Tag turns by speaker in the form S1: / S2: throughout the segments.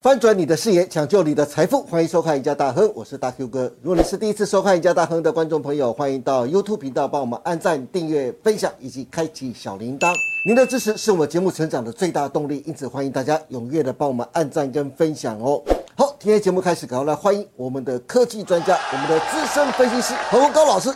S1: 翻转你的视野，抢救你的财富，欢迎收看《赢家大亨》，我是大 Q 哥。如果你是第一次收看《赢家大亨》的观众朋友，欢迎到 YouTube 频道帮我们按赞、订阅、分享以及开启小铃铛。您的支持是我们节目成长的最大动力，因此欢迎大家踊跃的帮我们按赞跟分享哦。好，今天节目开始，赶快来欢迎我们的科技专家，我们的资深分析师何文高老师。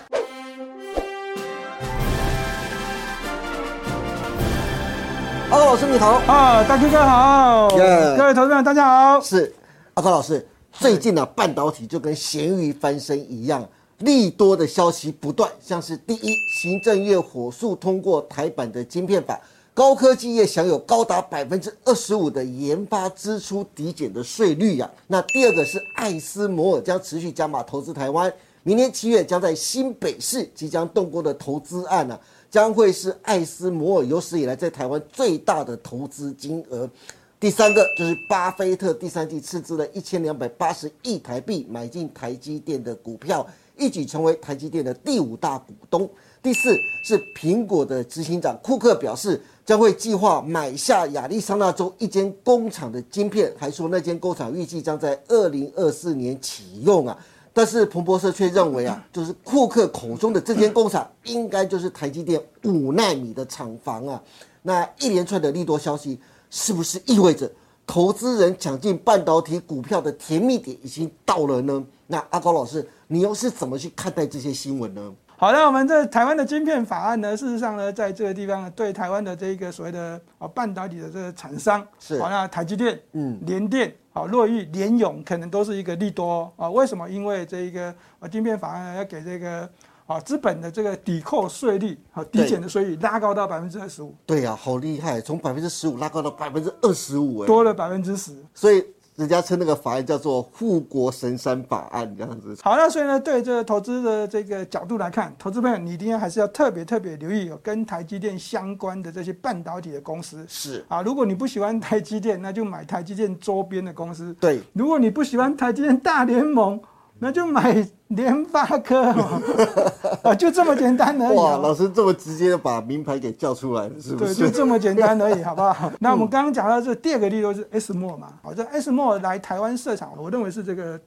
S1: 阿高老师你好。
S2: 啊，大 Q 哥好
S1: Yeah
S2: 各位投资朋友大家好。
S1: 是阿高老师，最近呢、半导体就跟咸鱼翻身一样，利多的消息不断。像是第一，行政院火速通过台版的晶片法，高科技业享有高达百分之二十五的研发支出抵减的税率呀、啊那第二个是艾斯摩尔将持续加码投资台湾，明年七月将在新北市即将动工的投资案呢、啊将会是艾斯摩尔有史以来在台湾最大的投资金额。第三个就是巴菲特第三季斥资了一千两百八十亿台币买进台积电的股票，一举成为台积电的第五大股东。第四是苹果的执行长库克表示，将会计划买下亚利桑那州一间工厂的晶片，还说那间工厂预计将在二零二四年启用啊。但是彭博社却认为啊，就是库克口中的这间工厂应该就是台积电五纳米的厂房啊。那一连串的利多消息，是不是意味着投资人抢进半导体股票的甜蜜点已经到了呢？那阿高老师，你又是怎么去看待这些新闻呢？
S2: 好的，我们这台湾的晶片法案呢，事实上呢，在这个地方呢，对台湾的这个所谓的啊半导体的这个厂商，
S1: 是
S2: 好、那台积电、嗯，联电、好、洛玉、联咏，可能都是一个利多哦啊、为什么？因为这一个啊晶片法案呢，要给这个啊资本的这个抵扣税率和、啊、抵减的税率拉高到百分之二十五，
S1: 对呀、好厉害，啊从百分之十五拉高到百分之二十五，哎，
S2: 多了百分之十。
S1: 所以人家称那个法案叫做护国神山法案，这样子。
S2: 好，那所以呢，对这个投资的这个角度来看，投资朋友你一定要还是要特别特别留意有跟台积电相关的这些半导体的公司
S1: 是，
S2: 啊。如果你不喜欢台积电，那就买台积电周边的公司；
S1: 对，
S2: 如果你不喜欢台积电大联盟，那就买联发科 嘛，啊，就这么简单而已、
S1: 哇，
S2: 啊。
S1: 老师这么直接的把名牌给叫出来了，是不
S2: 对，
S1: 是？嗯
S2: 就这么简 单而已，好不好？那我们刚刚讲到这第二个利多是 S m o 嘛，好，这 S m o 来台湾市场，我认为是这个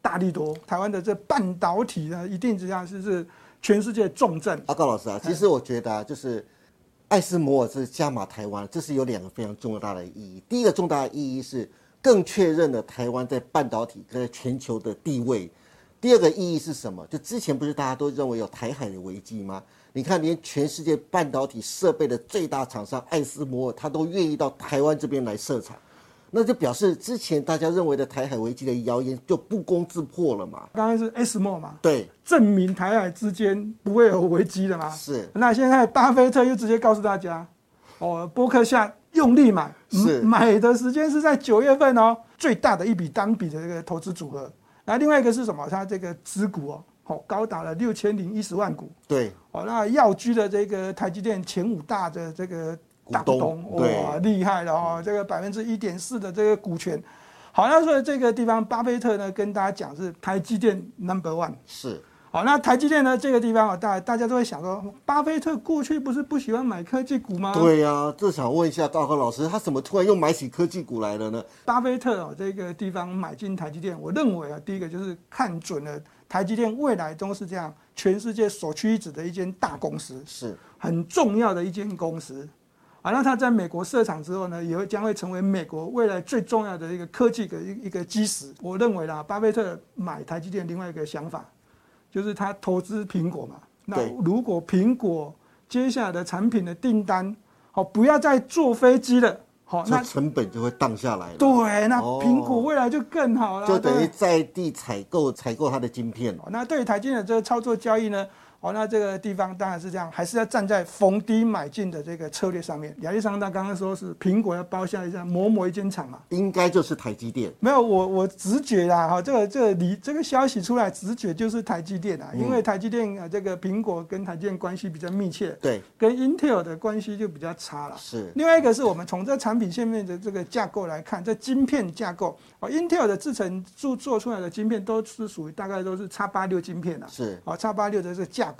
S2: 大利多。台湾的这半导体呢，一定质量是是全世界重镇。
S1: 阿高老师啊，其实我觉得啊，就是艾斯摩尔是加码台湾，这是有两个非常重大的意义。第一个重大的意义是更确认了台湾在半导体跟全球的地位。第二个意义是什么？就之前不是大家都认为有台海的危机吗？你看，连全世界半导体设备的最大厂商艾斯摩尔，他都愿意到台湾这边来设厂，那就表示之前大家认为的台海危机的谣言就不攻自破了嘛？
S2: 刚刚是 S m o 嘛，
S1: 对，
S2: 证明台海之间不会有危机的嘛。
S1: 是
S2: 那现在巴菲特又直接告诉大家，哦，波克夏用力买，
S1: 是
S2: 嗯买的时间是在九月份哦，最大的一笔单笔的这个投资组合。然后另外一个是什么？它这个持股哦，哦高达了六千零一十万股
S1: 对，
S2: 哦。那耀居的这个台积电前五大的这个大
S1: 股
S2: 股
S1: 东
S2: 东，
S1: 对
S2: 哇，厉害了哦，这个百分之一点四的这个股权。好，那所以这个地方，巴菲特呢跟大家讲是台积电 number one。
S1: 是，
S2: 好，那台积电呢这个地方啊，大大家都会想说，巴菲特过去不是不喜欢买科技股吗？，
S1: 对呀、啊，这想问一下高高老师，他怎么突然又买起科技股来了呢？
S2: 巴菲特哦这个地方买进台积电，我认为啊，第一个就是看准了台积电未来都是这样，全世界首屈一指的一间大公司，
S1: 是
S2: 很重要的一间公司。啊，那它在美国设厂之后呢，也会将会成为美国未来最重要的一个科技的一一个基石。我认为啦，巴菲特买台积电另外一个想法，就是他投资苹果嘛。那
S1: 对
S2: 如果苹果接下来的产品的订单，好、不要再坐飞机了，好、
S1: 这
S2: 哦那
S1: 成本就会荡下来了，
S2: 对，啊那
S1: 哦
S2: 苹果未来就更好了，
S1: 就等
S2: 对
S1: 于在地采购采购它的晶片了。
S2: 哦那对于台积电的这个操作交易呢，哦，那这个地方当然是这样，还是要站在逢低买进的这个策略上面。亚历山大刚刚说是苹果要包下一下某某一间厂嘛，
S1: 应该就是台积电，
S2: 没有，我我直觉啦，哈、这个这个离这个消息出来，直觉就是台积电
S1: 嗯
S2: 啊，因为台积电啊，这个苹果跟台积电关系比较密切，
S1: 对，
S2: 跟 Intel 的关系就比较差了。
S1: 是
S2: 另外一个是我们从这产品线面的这个架构来看，这晶片架构哦，Intel 的制程做做出来的晶片都是属于大概都是 x 八六晶片啊，
S1: 是
S2: 哦 x 八六的这个架构。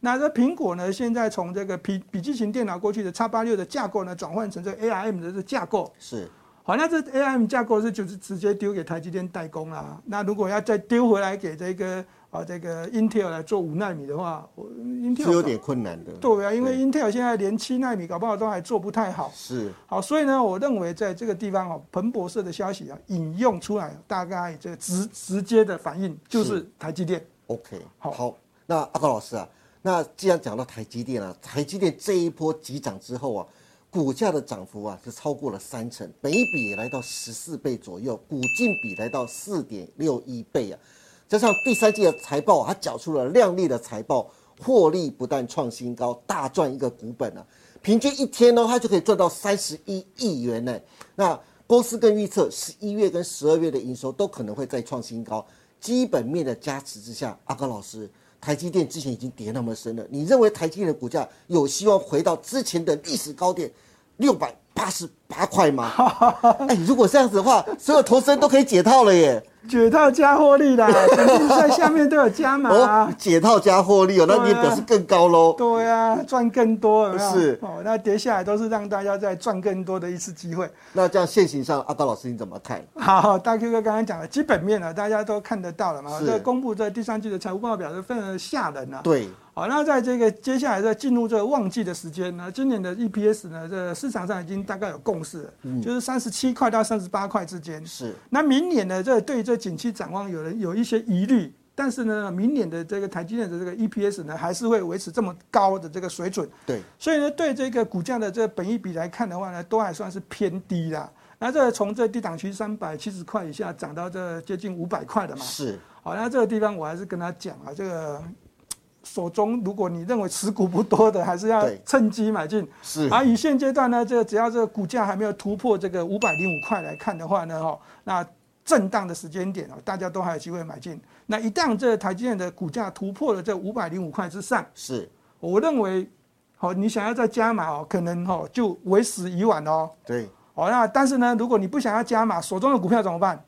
S2: 那这苹果呢，现在从这个笔笔记型电脑过去的 x 八六的架构呢，转换成这个 ARM 的这个架构。
S1: 是
S2: 好，那这 ARM 架构是就是直接丢给台积电代工啦。那如果要再丢回来给这个啊这个 Intel 来做五纳米的话，我
S1: 是
S2: Intel
S1: 有点困难的。
S2: 对啊，因为 Intel 现在连七纳米搞不好都还做不太好。
S1: 是
S2: 好，所以呢，我认为在这个地方哦，彭博社的消息啊引用出来，大概这个直直接的反应就是台积电。
S1: OK，
S2: 好
S1: 好，那阿高老师啊，那既然讲到台积电啊，台积电这一波急涨之后啊，股价的涨幅啊是超过了三成，本益比也来到十四倍左右，股净比来到四点六一倍啊，加上第三季的财报啊、它缴出了亮丽的财报，获利不但创新高，大赚一个股本啊，平均一天呢，它就可以赚到三十一亿元呢、那公司更预测十一月跟十二月的营收都可能会再创新高。基本面的加持之下，阿高老师，台积电之前已经跌那么深了，你认为台积电的股价有希望回到之前的历史高点六百八十八块吗？哎，如果这样子的话，所有投资人都可以解套了耶！
S2: 解套加获 利啦，肯定在下面都有加码、
S1: 哦
S2: 啊。，
S1: 解套加获利哦，那你
S2: 对啊
S1: 表示更高喽。
S2: 对啊，赚更多有没有？
S1: 是
S2: 哦，那跌下来都是让大家再赚更多的一次机会。
S1: 那这样现行上，阿高老师你怎么看？
S2: 好，大 Q 哥刚刚讲的基本面呢、大家都看得到了嘛。
S1: 是
S2: 这公布这第三季的财务报表是非常的吓人啊。
S1: 对，
S2: 好，那在这个接下来在进入这个旺季的时间呢，今年的 EPS 呢，这市场上已经大概有共识了，就是三十七块到三十八块之间。
S1: 是
S2: 那明年呢，这对这景气展望有人有一些疑虑，但是呢，明年的这个台积电的这个 EPS 呢，还是会维持这么高的这个水准。
S1: 对，
S2: 所以呢，对这个股价的这个本益比来看的话呢，都还算是偏低啦。那这个从这低档区三百七十块以下涨到这接近五百块的嘛，
S1: 是
S2: 好，那这个地方我还是跟他讲啊，这个手中如果你认为持股不多的，还是要
S1: 对
S2: 趁机买进。
S1: 是
S2: 而以现阶段呢，这个只要这个股价还没有突破这个五百零五块来看的话呢，哦，那震荡的时间点哦，大家都还有机会买进。那一旦这个台积电的股价突破了这五百零五块之上，
S1: 是，
S2: 我认为，哦，你想要再加码哦，可能哦就为时已晚哦。
S1: 对，
S2: 哦，那但是呢，如果你不想要加码，手中的股票怎么办？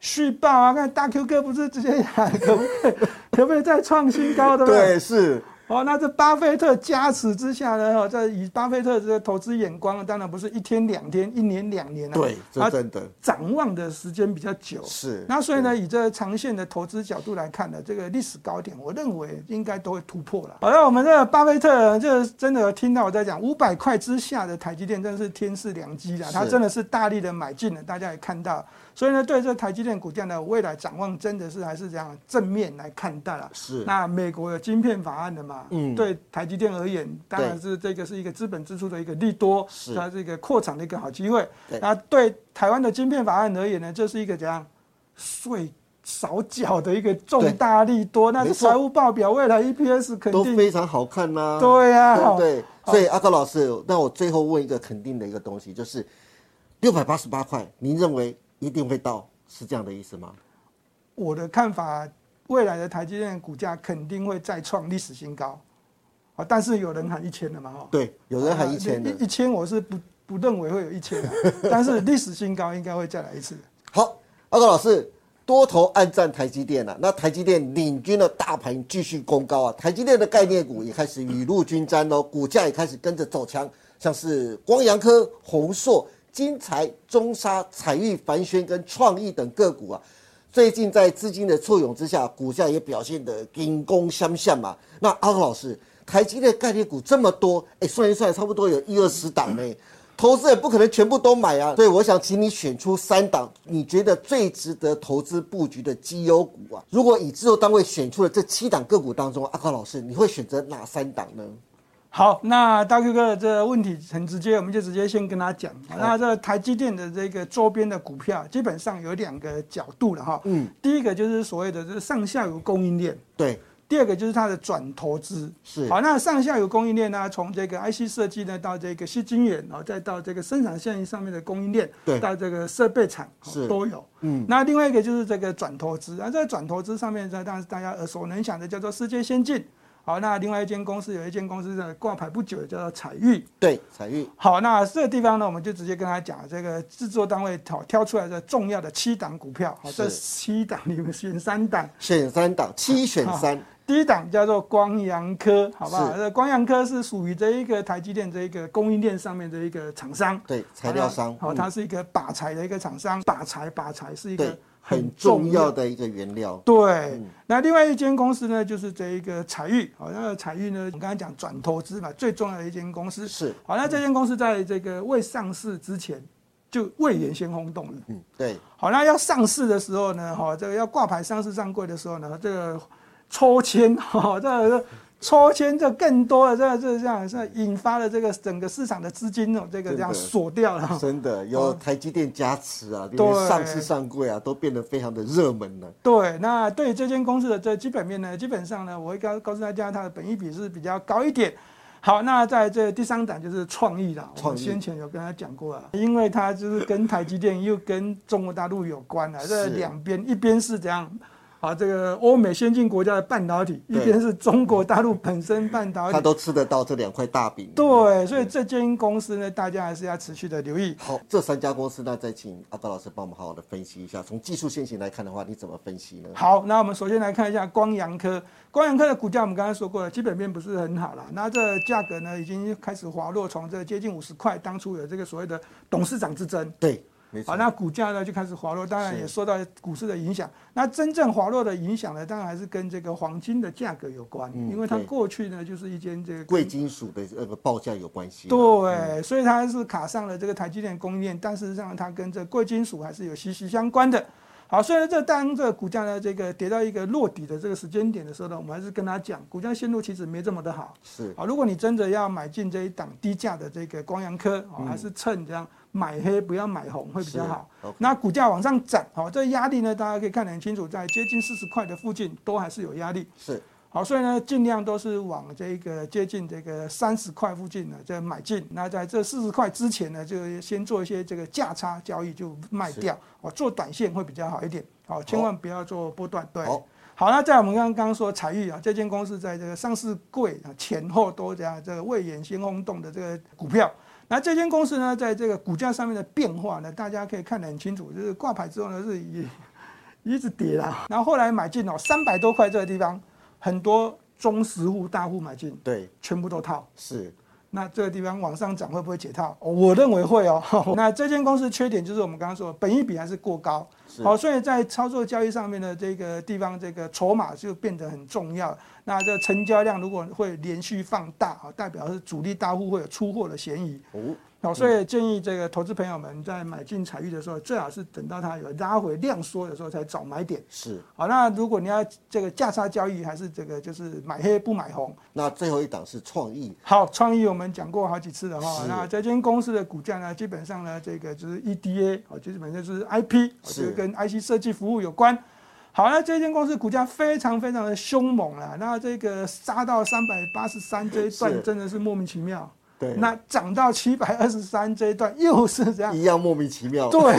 S2: 续报啊！看大 Q 哥不是之前喊可不可以， 可不可以再创新高，对不对？
S1: 对是，
S2: 哦，那这巴菲特加持之下呢，哦，这以巴菲特这个投资眼光，当然不是一天两天、一年两年啊，
S1: 对，这
S2: 啊
S1: 真的
S2: 展望的时间比较久。
S1: 是。
S2: 那所以呢，以这个长线的投资角度来看呢，这个历史高点，我认为应该都会突破了。好，那我们这个巴菲特，这真的有听到我在讲五百块之下的台积电，真是天赐良机了，
S1: 是
S2: 他真的是大力的买进了，大家也看到。所以呢，对这台积电股价呢，未来展望真的是还是这样正面来看待了。
S1: 是
S2: 那美国有晶片法案的嘛，
S1: 嗯
S2: 对台积电而言，当然是这个是一个资本支出的一个利多，
S1: 是
S2: 它是一个扩产的一个好机会
S1: 对。
S2: 那对台湾的晶片法案而言呢，这是一个怎样税少缴的一个重大利多，那
S1: 没
S2: 是
S1: 错
S2: 财务报表未来 EPS 肯
S1: 都
S2: 定
S1: 非常好看呐、
S2: 对啊呀
S1: 对不对？
S2: 好
S1: 所以阿高老师，那我最后问一个肯定的一个东西，就是六百八十八块，您认为一定会到，是这样的意思吗？
S2: 我的看法，未来的台积电股价肯定会再创历史新高。啊，但是有人喊一千了嘛，哈，
S1: 对，有人喊一千的
S2: 啊。一一千我是不不认为会有一千的，但是历史新高应该会再来一次。
S1: 好，阿高老师，多头暗战台积电啊，那台积电领军的大盘继续攻高啊，台积电的概念股也开始雨露均沾喽，股价也开始跟着走强，像是光阳科、宏硕、金财、中沙、彩玉、凡轩跟创意等个股啊。最近在资金的簇拥之下，股价也表现得金攻相向嘛。那阿高老师，台积电概念股这么多，哎，算一算，差不多有一二十档呢。投资人不可能全部都买啊，所以我想请你选出三档你觉得最值得投资布局的绩优股啊。如果以制作单位选出了这七档个股当中，阿高老师，你会选择哪三档呢？
S2: 好，那大 Q 哥的这个问题很直接，我们就直接先跟他讲。那这台积电的这个周边的股票，基本上有两个角度了哈。
S1: 嗯，
S2: 第一个就是所谓的这上下游供应链，
S1: 对，
S2: 第二个就是它的转投资。
S1: 是
S2: 好，那上下游供应链呢，从这个 IC 设计呢，到这个细晶圆，然后再到这个生产线上面的供应链，
S1: 对
S2: 到这个设备厂哦
S1: 是
S2: 都有。
S1: 嗯，
S2: 那另外一个就是这个转投资，啊，在转投资上面呢，当然是大家耳熟能详的叫做世界先进。好，那另外一间公司有一间公司呢挂牌不久，叫做彩玉。
S1: 对，彩玉
S2: 好，那这个地方呢，我们就直接跟他讲这个制作单位挑挑出来的重要的七档股票，好，这
S1: 是
S2: 七档里面选三档，
S1: 选三档，七选三，
S2: 第一档叫做光阳科，好不好？
S1: 是
S2: 那光阳科是属于这一个台积电这一个供应链上面的一个厂商，
S1: 对材料商
S2: 好，
S1: 嗯
S2: 它是一个靶材的一个厂商，靶材靶材是一个
S1: 对，
S2: 很
S1: 很重
S2: 重要
S1: 要
S2: 的。
S1: 的一嗯个原料，
S2: 对，那另外一间公司呢，就是这一个彩玉，好，那个彩玉呢，我们刚才讲转投资嘛，最重要的一间公司。
S1: 是，
S2: 好，那这间公司在这个未上市之前，就未原先轰动了。
S1: 嗯，对，
S2: 好，那要上市的时候呢，哈、这个要挂牌上市上柜的时候呢，这个抽签， 哈、这个抽签这更多的这个这个这样，这引发了这个整个市场的资金哦，这个这样
S1: 真的
S2: 锁掉了。
S1: 真的有台积电加持啊，因
S2: 哦对哦
S1: 为上市上柜啊，都变得非常的热门了。
S2: 对，那对于这间公司的这基本面呢，基本上呢，我会告告诉大家，它的本益比是比较高一点。好，那在这第三档就是创意啦，我
S1: 创
S2: 们
S1: 意
S2: 先前有跟他讲过了，因为它就是跟台积电又跟中国大陆有关了，这
S1: 是
S2: 两边一边是怎样？啊，这个欧美先进国家的半导体，一
S1: 对
S2: 边是中国大陆本身半导
S1: 他
S2: 体，
S1: 都吃得到这两块大饼。
S2: 对，所以这间公司呢，大家还是要持续的留意。
S1: 好，这三家公司，那再请阿高老师帮我们好好的分析一下。从技术线型来看的话，你怎么分析呢？
S2: 好，那我们首先来看一下光阳科。光阳科的股价我们刚才说过了，基本面不是很好啦。那这价格呢已经开始滑落，从这接近五十块，当初有这个所谓的董事长之争，
S1: 对，没
S2: 好，
S1: 错，
S2: 那股价呢就开始滑落，当然
S1: 是
S2: 也受到股市的影响。那真正滑落的影响呢，当然还是跟这个黄金的价格有关，
S1: 嗯
S2: 因为它
S1: 对
S2: 过去呢就是一间这个
S1: 贵金属的那个报价有关系。
S2: 对，所以它是卡上了这个台积电供应链，但事实上它跟这贵金属还是有息息相关的。好，所以呢，这当这个股价呢这个跌到一个落底的这个时间点的时候呢，我们还是跟他讲，股价线路其实没这么的好。
S1: 是
S2: 好，如果你真的要买进这一档低价的这个光阳科，哦，还是趁这样买黑不要买红会比较好
S1: 是，OK。
S2: 那股价往上涨，好，这压力呢，大家可以看得很清楚，在接近四十块的附近都还是有压力。
S1: 是，
S2: 好，所以呢，尽量都是往这个接近这个三十块附近呢，这买进。那在这四十块之前呢，就先做一些这个价差交易，就卖掉。哦，做短线会比较好一点。好，千万不要做波段。对。
S1: 好
S2: 好，那在我们刚刚说彩玉啊，这间公司在这个上市柜啊前后都这样这个未演先轰动的这个股票。那这间公司呢，在这个股价上面的变化呢，大家可以看得很清楚，就是挂牌之后呢是以一直跌啦，然后后来买进哦，三百多块这个地方，很多中实户大户买进，
S1: 对，
S2: 全部都套。
S1: 是
S2: 那这个地方往上涨会不会解套？哦我认为会哦。 那这间公司缺点就是我们刚刚说，本益比还是过高。
S1: 是
S2: 好、所以在操作交易上面的这个地方，这个筹码就变得很重要。那这成交量如果会连续放大，啊、代表是主力大户会有出货的嫌疑。
S1: 哦，
S2: 好、所以建议这个投资朋友们在买进彩玉的时候，最好是等到它有拉回量缩的时候才找买点。
S1: 是。
S2: 好，那如果你要这个价差交易，还是这个就是买黑不买红。
S1: 那最后一档是创意，
S2: 好，创意我们讲过好几次了哈。
S1: 是
S2: 那这间公司的股价呢，基本上呢，这个就是 EDA，哦，基本上就是 IP，哦就是
S1: 是
S2: 跟 IC 设计服务有关。好，那这间公司股价非常非常的凶猛啦，那这个杀到三百八十三这一段
S1: 是
S2: 真的是莫名其妙。
S1: 对
S2: 那涨到七百二十三这一段又 是这样。
S1: 一样莫名其妙。
S2: 对，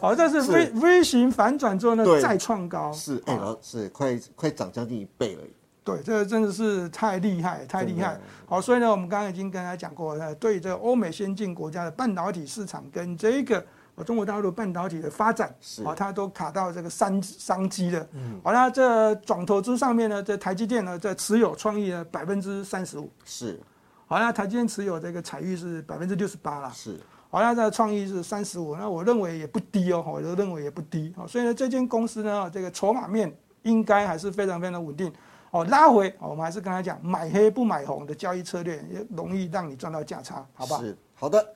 S2: 好，这是 V
S1: 是
S2: V 型反转之后呢，
S1: 对
S2: 再创高。
S1: 是，哎，老是快快涨将近一倍了。
S2: 对，这个真的是太厉害，太厉害
S1: 真的。
S2: 好，所以呢，我们刚刚已经跟大家讲过，呃，对于这个欧美先进国家的半导体市场跟这个呃中国大陆半导体的发展，
S1: 是嗯
S2: 好，它都卡到这个商商机了。好，那这总投资上面呢，这台积电呢，这持有创意的百分之三十五，
S1: 是
S2: 好，那台积电持有这个彩玉是百分之六十八啦。
S1: 是，
S2: 好，那这个创意是三十五，那我认为也不低哦，我认为也不低哦。所以呢，这间公司呢，啊这个筹码面应该还是非常非常的稳定哦。拉回，哦我们还是跟他讲，买黑不买红的交易策略，也容易让你赚到价差，好不好？
S1: 是好的。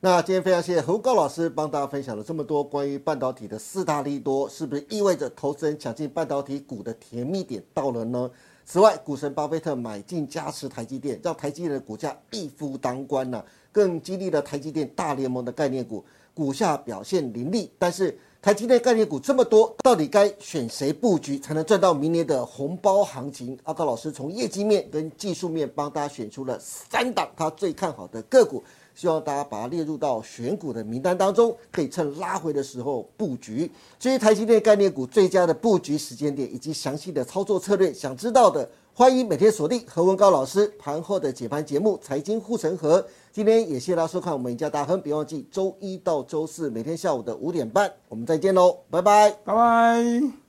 S1: 那今天非常谢谢侯高老师帮大家分享了这么多关于半导体的四大利多，是不是意味着投资人抢进半导体股的甜蜜点到了呢？此外，股神巴菲特买进加持台积电，让台积电的股价一夫当关呢、更激励了台积电大联盟的概念股，股价表现凌厉。但是台积电概念股这么多，到底该选谁布局才能赚到明年的红包行情？阿高老师从业绩面跟技术面帮大家选出了三档他最看好的个股，希望大家把它列入到选股的名单当中，可以趁拉回的时候布局。至于台积电概念股最佳的布局时间点以及详细的操作策略，想知道的。欢迎每天锁定何文高老师盘后的解盘节目《财经护城河》。今天也谢谢大家收看我们赢家大亨，别忘记周一到周四每天下午的五点半，我们再见喽，拜拜。
S2: 拜拜。